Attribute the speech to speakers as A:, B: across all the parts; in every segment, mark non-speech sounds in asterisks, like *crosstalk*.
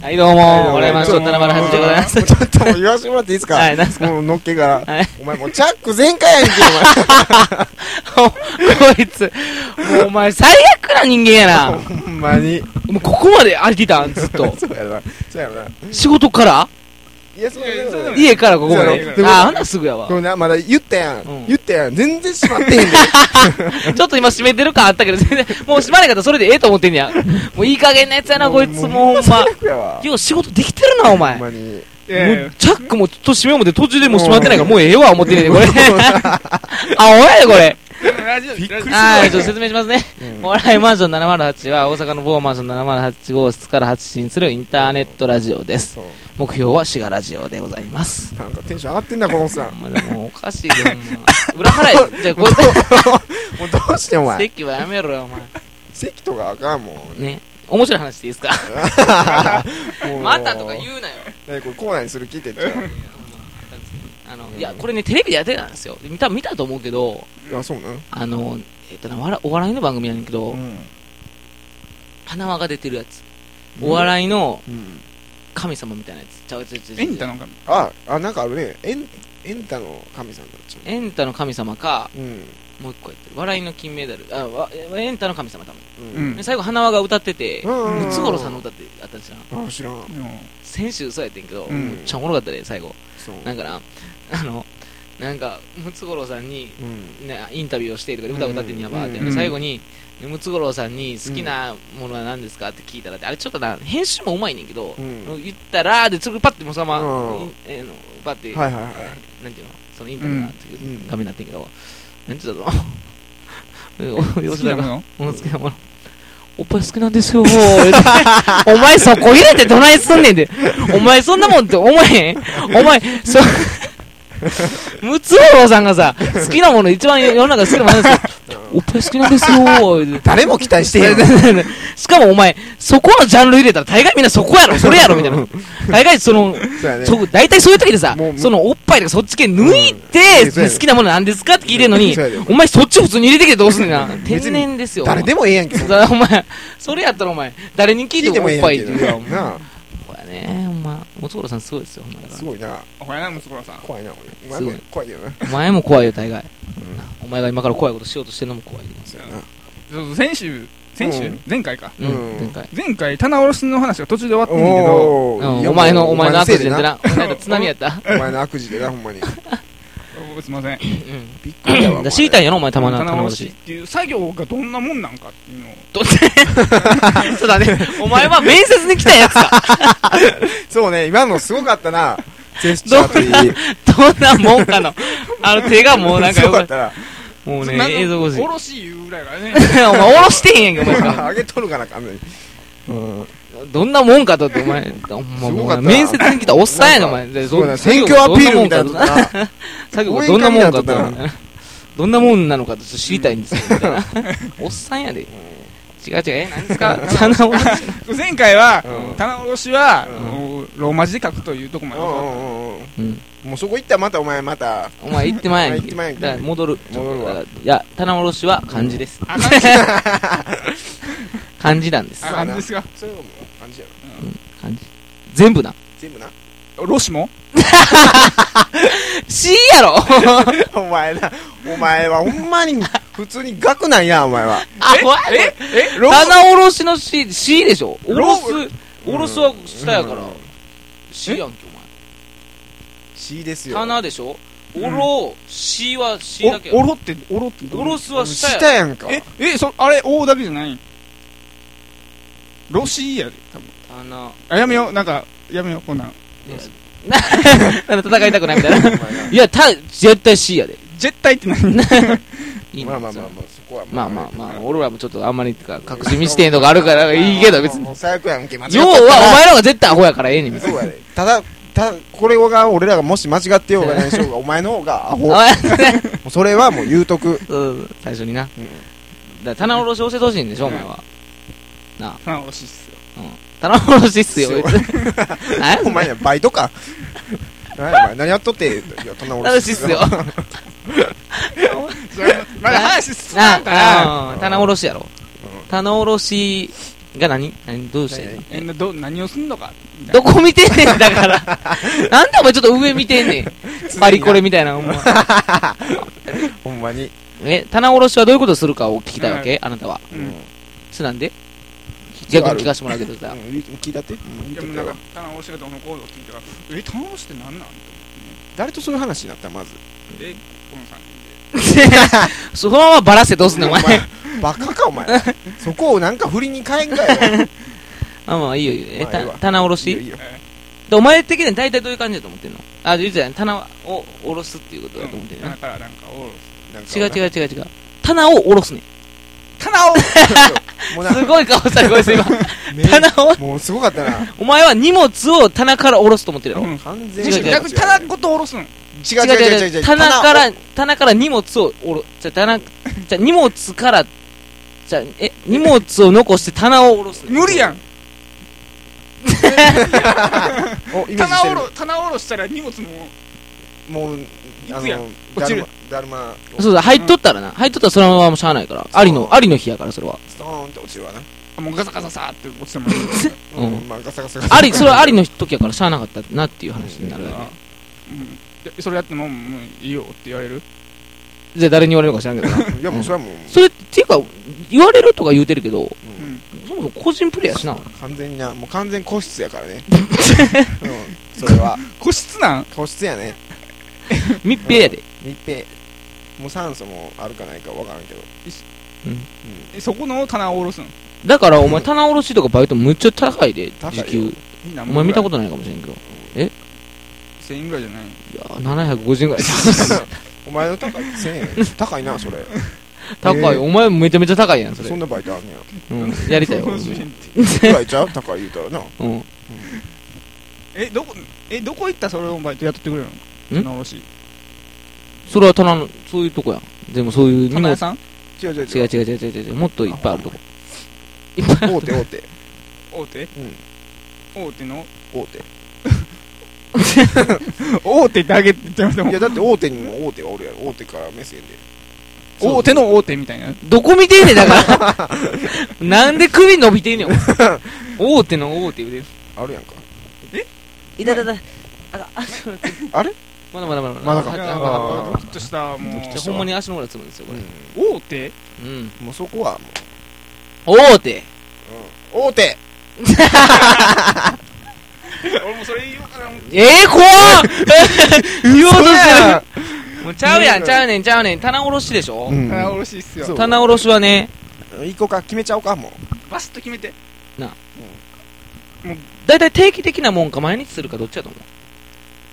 A: はい、どうも、俺はちょっと生の話でございます。
B: ちょっともう言
C: *laughs*
B: わせてもらっていいですか
A: はいなんすか
B: もうのっけが
A: はい。
B: お前もうチャック全開やんけ、
A: *laughs* こいつ、もうお前最悪な人間やな。
B: お前。ほんまに。。
A: もうここまで歩いてたん、ずっと
B: *laughs* そうやな。そうやろな。
A: 仕事から
B: いや、そうやな。そうやな
A: 家からここま
B: そう
A: で
B: や。ろ
A: あ、ほんならすぐやわ
B: で。もな、まだ言ったや
A: うん
B: ん。言ったやん。全然閉まってへんで。
A: ちょっと今閉めてる感あったけど、全然、もう閉まれ方それでええと思ってんねや。もういい加減なやつやな、こいつ、もうほんま。
B: やわ。
A: よう仕事できてるな、お
B: ほ
A: 前。
B: ん
A: も
B: まに。
A: うチャックもちょっと閉めようもで途中でもう閉まってないから、もうええわ、思ってんねんでこれ。 *laughs* あ、おやで、こ *laughs* れ。
C: ラジオ、びっくり
A: はい、ちょっと説明しますね。
B: うん
A: お笑いマンション708は大阪の某マンション708号室から発信するインターネットラジオです
B: そう。
A: 目標は滋賀ラジオでございます。
B: なんかテンション上がってんな、このおっさん。
A: *laughs* まあでもおかしいよ、ほんま裏払 *laughs* い。じゃあこれ
B: もうどうしてお前。
A: 席はやめろよ、お前。
B: 席とかあかんもん。
A: ね。面白い話でいいですか
B: も
A: *laughs*
B: う
A: またとか言うなよ。
B: ねこれコーナーにする聞いてっちゃ
A: あの、いや、これね、テレビでやってたんですよ。で見た、見たと思うけど、 *laughs*
B: う。あ、そうなん
A: あの、えっとな、わらお笑いの番組やねんけど、
B: ん。
A: 花輪が出てるやつ。お笑いの
B: うん。
A: 神様みたいなやつ。ちゃうちゃうちゃうちゃ
C: エ
A: う
C: ンタのか
B: あ、あ、なんかあるね。エン、エンタの神さんだっちゃ
A: エンタの神様か、
B: う。うん。
A: もう一個やってる。笑いの金メダル。あ、わエンタの神様多分。
B: う
C: うん
A: で最後、花輪が歌ってて、ム
B: うん
A: ツゴロウさんの歌ってあったじゃん。
B: あ、知らん。
C: う
A: 先週そうやってんけど、
C: う
A: め
C: ん
A: っちゃおもろかったで、最後。
B: そう。
A: なんかな、あの、なんか、ムツゴロウさんに、
B: うん。
A: ね、インタビューをしてとかで歌を歌ってんやばーって、
B: うん
A: 最後に、ムツゴロウさんに好きなものは何ですかって聞いたらって、あれちょっとな、編集もうまいねんけど、
B: うん
A: 言ったらーで、それパッてもうそのまま、
B: うん
A: いえーのパッて、
B: はいはいはい。
A: なんていうのそのインタビューがあって
B: うん
A: 画面になってんけど、なんて言ったのお
C: ん。好
A: 吉
C: き
A: 田
C: な
A: が
C: もの
A: もう好きなもの。おっぱい好きなんですよ。言うてお前そこ入れてどないすんねんで。お前そんなもんって思えへん。お前、そ、ムツゴロウさんがさ、好きなもの一番世の中好きなものなんですよ。おっぱい好きなんですよ。言うて
B: 誰も期待してへん。
A: *laughs* しかもお前、そこのジャンル入れたら大概みんなそこやろ、それやろ、みたいな。大概その、
B: そうやね。
A: そう、大体そういう時でさ
B: もう、む
A: そのおっぱいとかそっち系抜い
B: うん
A: て、
B: そうやね
A: 好きなものなんですかって聞いてんのに
B: そうやね、
A: お前そっち普通に入れてきてどうすんねんな。天
B: 別に
A: 然ですよ。
B: 誰でもええやんけ。
A: だからお前、それやったらお前、誰に聞い
B: 聞い
A: て
B: て
A: もお
B: もええ
A: っ
B: やん
A: ぱい
B: け
A: って言うよ。
B: ど。なあ
A: ほやね、ほんま。松原さんすごいですよ、ほんまだか
B: すごいな。
C: お前な、ムツゴロウさん。
B: 怖いな、俺。
A: す
B: お
A: ごい
B: 前も怖いけどな。
A: ら。お前も怖いよ、大概。お前が今から怖いことしようとしてるのも怖いで
B: そうやな。
C: そう先週、先
B: う
C: 週
B: ん
C: 前回か。
A: う、
B: うんん
A: 前回。
C: 前回、棚卸しの話が途中で終わってんだけど、
B: お
A: うん
B: ーいや
A: お前の、
B: もう
A: お前の
B: の
A: アク
B: せい
A: シデン
B: で
A: ト
B: な。
A: な。お前の津波やった。
B: *laughs* お前の悪事でな、ほん
A: *laughs*
B: まに。
C: おすいません。
A: うん。
B: びっくりやわ。
A: だから知りた
B: い。
A: いんやろ、お前、たまな、
C: 棚
A: 頼
C: 卸
A: む
C: しっ
A: し。
C: ていう作業がどんなもんなんかっていうのを。
A: どっちそうだね。 *laughs* お前は面接に来たやつか。
B: *laughs* そうね、今のすごかったな。ジェスチャーといい。
A: どんなもんかの。あの手がもうなんか
B: す
A: よ
B: ごかっ
A: く、
B: たな。
A: もう
C: そんなの
A: ね、映像越し。
C: 卸しいうぐらいからね。
A: *laughs*
C: *laughs*
A: お前、おろしてへんやんけ、お前さ。
B: *laughs* あげとるかな、完全に。うん。
A: どんなもんかだって、お前、お前
B: す
A: も
B: ご
A: う
B: かった
A: な
B: な
A: 面接に来たおっさんやな、お前。で
B: そうだ、
A: ど
B: 選挙アピールみたいなのと
A: 作
B: か。
A: 業がどんなもんかと
B: 応援歌みたいなのと
A: どんなもんなのかとちょっと知りたいんですよ、み
B: *laughs*
A: たいなおっさんやで。違う違う、え、何です
B: *laughs*
A: か *laughs* 棚を。
C: 前回は
B: う、ん
C: 棚卸しは
B: う、
C: もうローマ字で書くというとこま
B: う
C: で。
B: んうんうんうん。
A: うん
B: もうそこ行ったらまたお前また。
A: お前行ってまえやん
B: 行っ
A: け。
B: てまえやんけ
A: だから戻る。
B: 戻るわ
A: だからいや、棚卸しは漢字です。
C: あ、感じ、
A: *laughs* 漢字なんです
C: あ。感じですか。
B: そういうのも感じやろ。
A: 漢字。全部な。
B: 全部な。 *laughs*
C: 卸しも
A: C やろ
B: お前な、お前はほんまに普通に額なんや、お前は。
A: あ、怖い。
C: ええ
B: ロ
A: 棚卸しの C、C でしょおろ
B: ロ
A: す、おろすは下やから
B: うん。
A: C やんけ、お前。
B: C ですよ。
A: 棚でしょ
C: うん
A: おろ、しはしだけ
C: お
A: や
C: ろって、おろってどう
A: おろすは下や
B: 下やんか。
C: え、え、そ、あれ、おだけじゃないロシやで、多分。
A: 棚 *laughs*
C: あ、やめよう、なんか、やめよう、こんなん。
A: なんか戦いたくないみたい
B: *laughs*
A: な
B: お前ない
A: やた絶対 C やで
C: 絶対って何
A: いいね
B: まあまあまあ
A: そ
B: まあ、そこは
A: れまあまあまあ俺らもちょっとあんまりってか隠し見してんとかあるからいいけど別に
B: もう最悪やんけ、間違っ
A: 要はお前らが絶対アホやからええねん別
B: そうやで。ただ、ただ、これが俺らがもし間違ってようがないしようが、お前の方がア
A: *laughs* にお
B: ホ。も
A: 前
B: うそれはもう言うとく。
A: うん最初になだか
B: うん
A: ら棚卸し教えてほしいんでしょお前は
C: 棚卸しっすよ。
A: 棚卸しっすよ
B: そう
A: 別に
B: *laughs*
A: 何やそれ
B: お前らバイトか。何やお前何やっとって、いや、そんな
A: 棚
B: 俺
A: 卸しっすよ *laughs*
C: まだ話進まんから。
A: ああ棚卸しやろ棚卸しが何何どうしてんの
C: えなど何をすんのかみた
A: ど
C: いな
A: こ見てんねん、だ
B: *laughs*
A: から。なんでお前ちょっと上見てんねん。パリコレみたいな、お前。
B: *laughs* ほんまに。
A: え、棚卸しはどういうことするかを聞きたいわけあなたは。
C: うん
A: それなんで
B: 要
A: 逆
B: ある
A: に聞かせてもらうけどさ
B: うん。聞いたって。
C: いやもうなんか棚卸しがどうのこうのって言ったらえ棚卸しって何なん
B: 誰とそういう話になったまず。
C: えこの三人で
A: *laughs* そのままバラしてどうすんの、お前。
B: バカか、
A: *laughs*
B: お前。そこをなんか振りに変えんかよ。
A: あ、まあいいよいいよ。え、
B: まあい
A: た
B: いわ
A: 棚卸
B: いいよ
A: し
B: いいよ
A: で、お前的には大体どういう感じだと思ってんのあ、いいじゃん。棚を下ろすっていうことだと思ってる
C: 棚
A: な。
C: からなんかを
B: なんか
A: 違う違う違う違う。棚を下ろすね。
B: 棚を
A: *laughs*
B: もうな
A: すごい顔したよ、こいつ今。棚を、
B: もうすごかったな。
A: お前は荷物を棚から下ろすと思ってるやろ。
C: うん
B: 完全
A: 違う違う
C: 逆に棚ごと下ろすん
B: 違
A: 違う
B: う違
A: 違
B: う違う
A: う
B: 違
A: 違
B: う。
A: う。棚から、棚から荷物をおろ、じゃ、棚、じゃ、荷物から、じゃ、え、荷物を残して棚を下ろす。
C: 無理やん
B: を。お、イメージ
C: 棚
B: して
C: 下
B: る。
C: ろ棚下ろしたら荷物も
B: もう、あ
C: いくやん
B: の、
C: 落
B: だ
C: ち
B: る
C: る
B: ま、だるま、
A: そうだ、入っとったらな。入っとったらそのままもうしゃあないから。ありの、ありの日やから、それは。
B: ストーンって落ちるわな。
C: もうガサガサさーって落ちてもら
A: う
C: う
A: ん
B: うん、まあガサガサガサ。
A: あり、それはありの時やからしゃあなかったなっていう話になるだ *laughs* け。
C: うんでそれやってももういいよって言われる
A: じゃあ誰に言われるか知らんけどな。
B: *laughs* いやもうそれはもう、
A: それっていうか、言われるとか言うてるけど、
B: う
C: うんん
A: そもそも個人プレイやしな。
B: 完全にな、もう完全個室やから *laughs* ね。うん、それは、
C: 個室なん
B: 個室やね。
A: 密閉やで。
B: 密閉。もう酸素もあるかないかわからんけど。
A: うん
C: えそこの棚を下ろすん
A: だから、お前棚卸しとかバイトむっちゃ高いで、
B: 高い
A: 時
B: よ
A: 給。
C: いいな
A: お前見た
C: こ
A: ことないかもしれんけど。い
C: と1000円ぐらいじゃない
A: やー、750円ぐらい。
B: *laughs* お前の高い1000円。高いな、それ。
A: 高い。お前めちゃめちゃ高いやん、そ
B: *laughs* そ
A: れ
B: ん。なバイトあんねや。
A: うん、やりたいよ。
C: *laughs* 150円って
B: ぐらいちゃう高い言うたらな。
A: うん。
C: えどこえどこ行ったらそれをバイト雇ってくれるの
A: ん
C: 棚卸し
A: それは棚の、そういうとこやん。でもそういう荷
C: 棚
A: 物
C: 屋、さん
B: 違う違う
A: 違う違
B: 違う。
A: う違う違う違う、もっといっぱいあるとこ。いっぱいあ
B: 大
A: る
B: 手大手。
C: 大手
B: うん。
C: 大手の
B: 大手。
C: 大手ってあげて言ってましたも
B: い
C: ん
B: や、だって大手にも大手がおるやろ。大手から目線で。
A: そう
C: 大手の大手みたいな
A: どこ見てんねん、だから。なんで首伸びてんねん、お前大手の大手腕。
B: あるやんか。
A: いたいたいた。あ、あ、ちょっと待って
B: あれ
A: *laughs* まだまだまだ
B: まだか
A: はい
B: あー
A: まだまだ
B: あ
A: ま
B: ー
A: だ
C: ドキッとしたもう
B: ドキッとし
A: ほんまに足の裏つむんですよ、これ。
B: う
C: 大手
A: うん。
B: ん。もうそこは、も
A: 大手
B: う。うん大手
C: 俺もそれ言おうかな思って
A: ええ、 *laughs* 怖っ言おうとして
B: や
A: るもうちゃうやん、ちゃうねん、ちゃうねん。棚卸しでしょ
B: ん
C: 棚卸しっす
B: そう
C: よ
A: 棚卸しはね、
B: 行こうか、決めちゃおうか、もう。
C: バスッと決めて
A: 大体定期的なもんか毎日するかどっちやと思う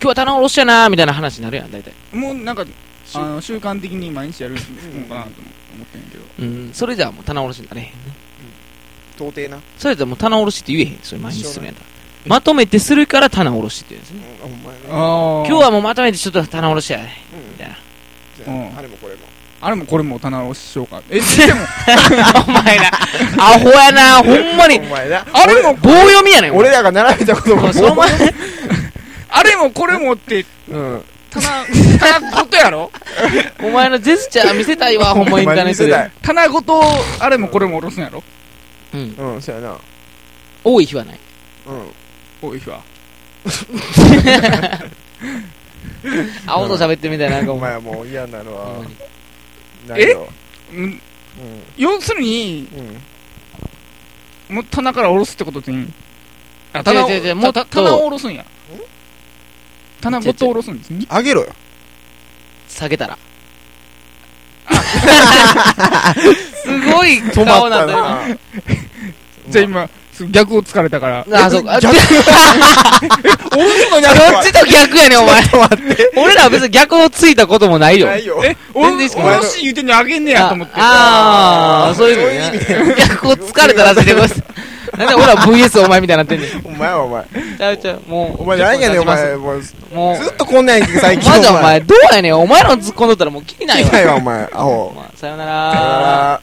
A: 今日は棚卸しやなーみたいな話になるやん大体
C: もうなんかあの習慣的に毎日やるのかなと思ってんやけど
A: うんそれじゃあもう棚卸しになれへんね
B: 到底な。
A: それじゃあもう棚卸しって言えへんそれ毎日するんやったらまとめてするから棚卸しって言うんです
B: う
A: ね
B: ん、ほんまやな
C: あ
A: 今日はもうまとめてちょっと棚卸しやね
B: うん
A: みたいな
B: じゃ
C: うん
B: あ、あれもこれも。
C: あれもこれも棚卸ししようかえ
A: *laughs*
C: でも
A: お前らアホやなほんまに
B: お前な。
A: あれも棒読みやねん
B: 俺らが並べたことも
A: そ *laughs*
B: も
A: うその
B: う、
A: 前
C: あれもこれもって
B: *laughs* うん。
C: 棚棚ごとやろ
A: お前のジェスチャー見せたいわほんまインターネット
B: *laughs* お前
A: で
B: 見
C: 棚ごとあれもこれも下ろすんやろ
A: うん
B: せたいうん、そうやな。
A: 多い日
B: *laughs*
A: はない
B: うん。
C: 多い日は
A: 青と喋ってみたいななんか
B: お
A: お前
B: 前はもう嫌なの
A: ほん
B: は
A: まに、
B: ないよ。
C: うん
B: うん。
C: 要するに
B: うん。
C: もう棚から下ろすってことでいいんあ
A: 違う
C: 棚を
A: 違う違うもっと
C: た棚を下ろすんや棚ごと下ろすんですね
B: あげろよ。
A: 下げたらすごい
B: 止ま
A: 顔
B: っ
A: な
B: た
A: んだよ
B: な。
C: じゃあ今す逆を突かれたから
A: あ、そう *laughs* か。どっ
B: 逆俺のやろ
A: ちと逆やねん、お前。
B: ちょっと待って。
A: 俺らは別に逆をついたこともないよ。
B: ないよ。
C: えお
A: 全然意識
C: 下
B: ない
C: ろし言うてんのにあげんねやと思って
A: ああー、
B: そ
A: そうう
B: い
A: いうう意
B: 意味
A: 味ね。逆をつかれたらしいでございます。なんで俺ら VS お前みたいになってんねん。
B: お前はお前。
A: ちゃうちゃう、もう。
B: お前何やねん、お前。
A: も
B: もうず
A: う。もう。
B: っとこんなんやんけ、最近。
A: マジお前、どうやねん。お前らの突っ込んどったらもうきりない
B: 聞き
A: わ
B: た。いわ、お前。アホ。
A: まあさよな
B: さよな
A: ら
B: ら。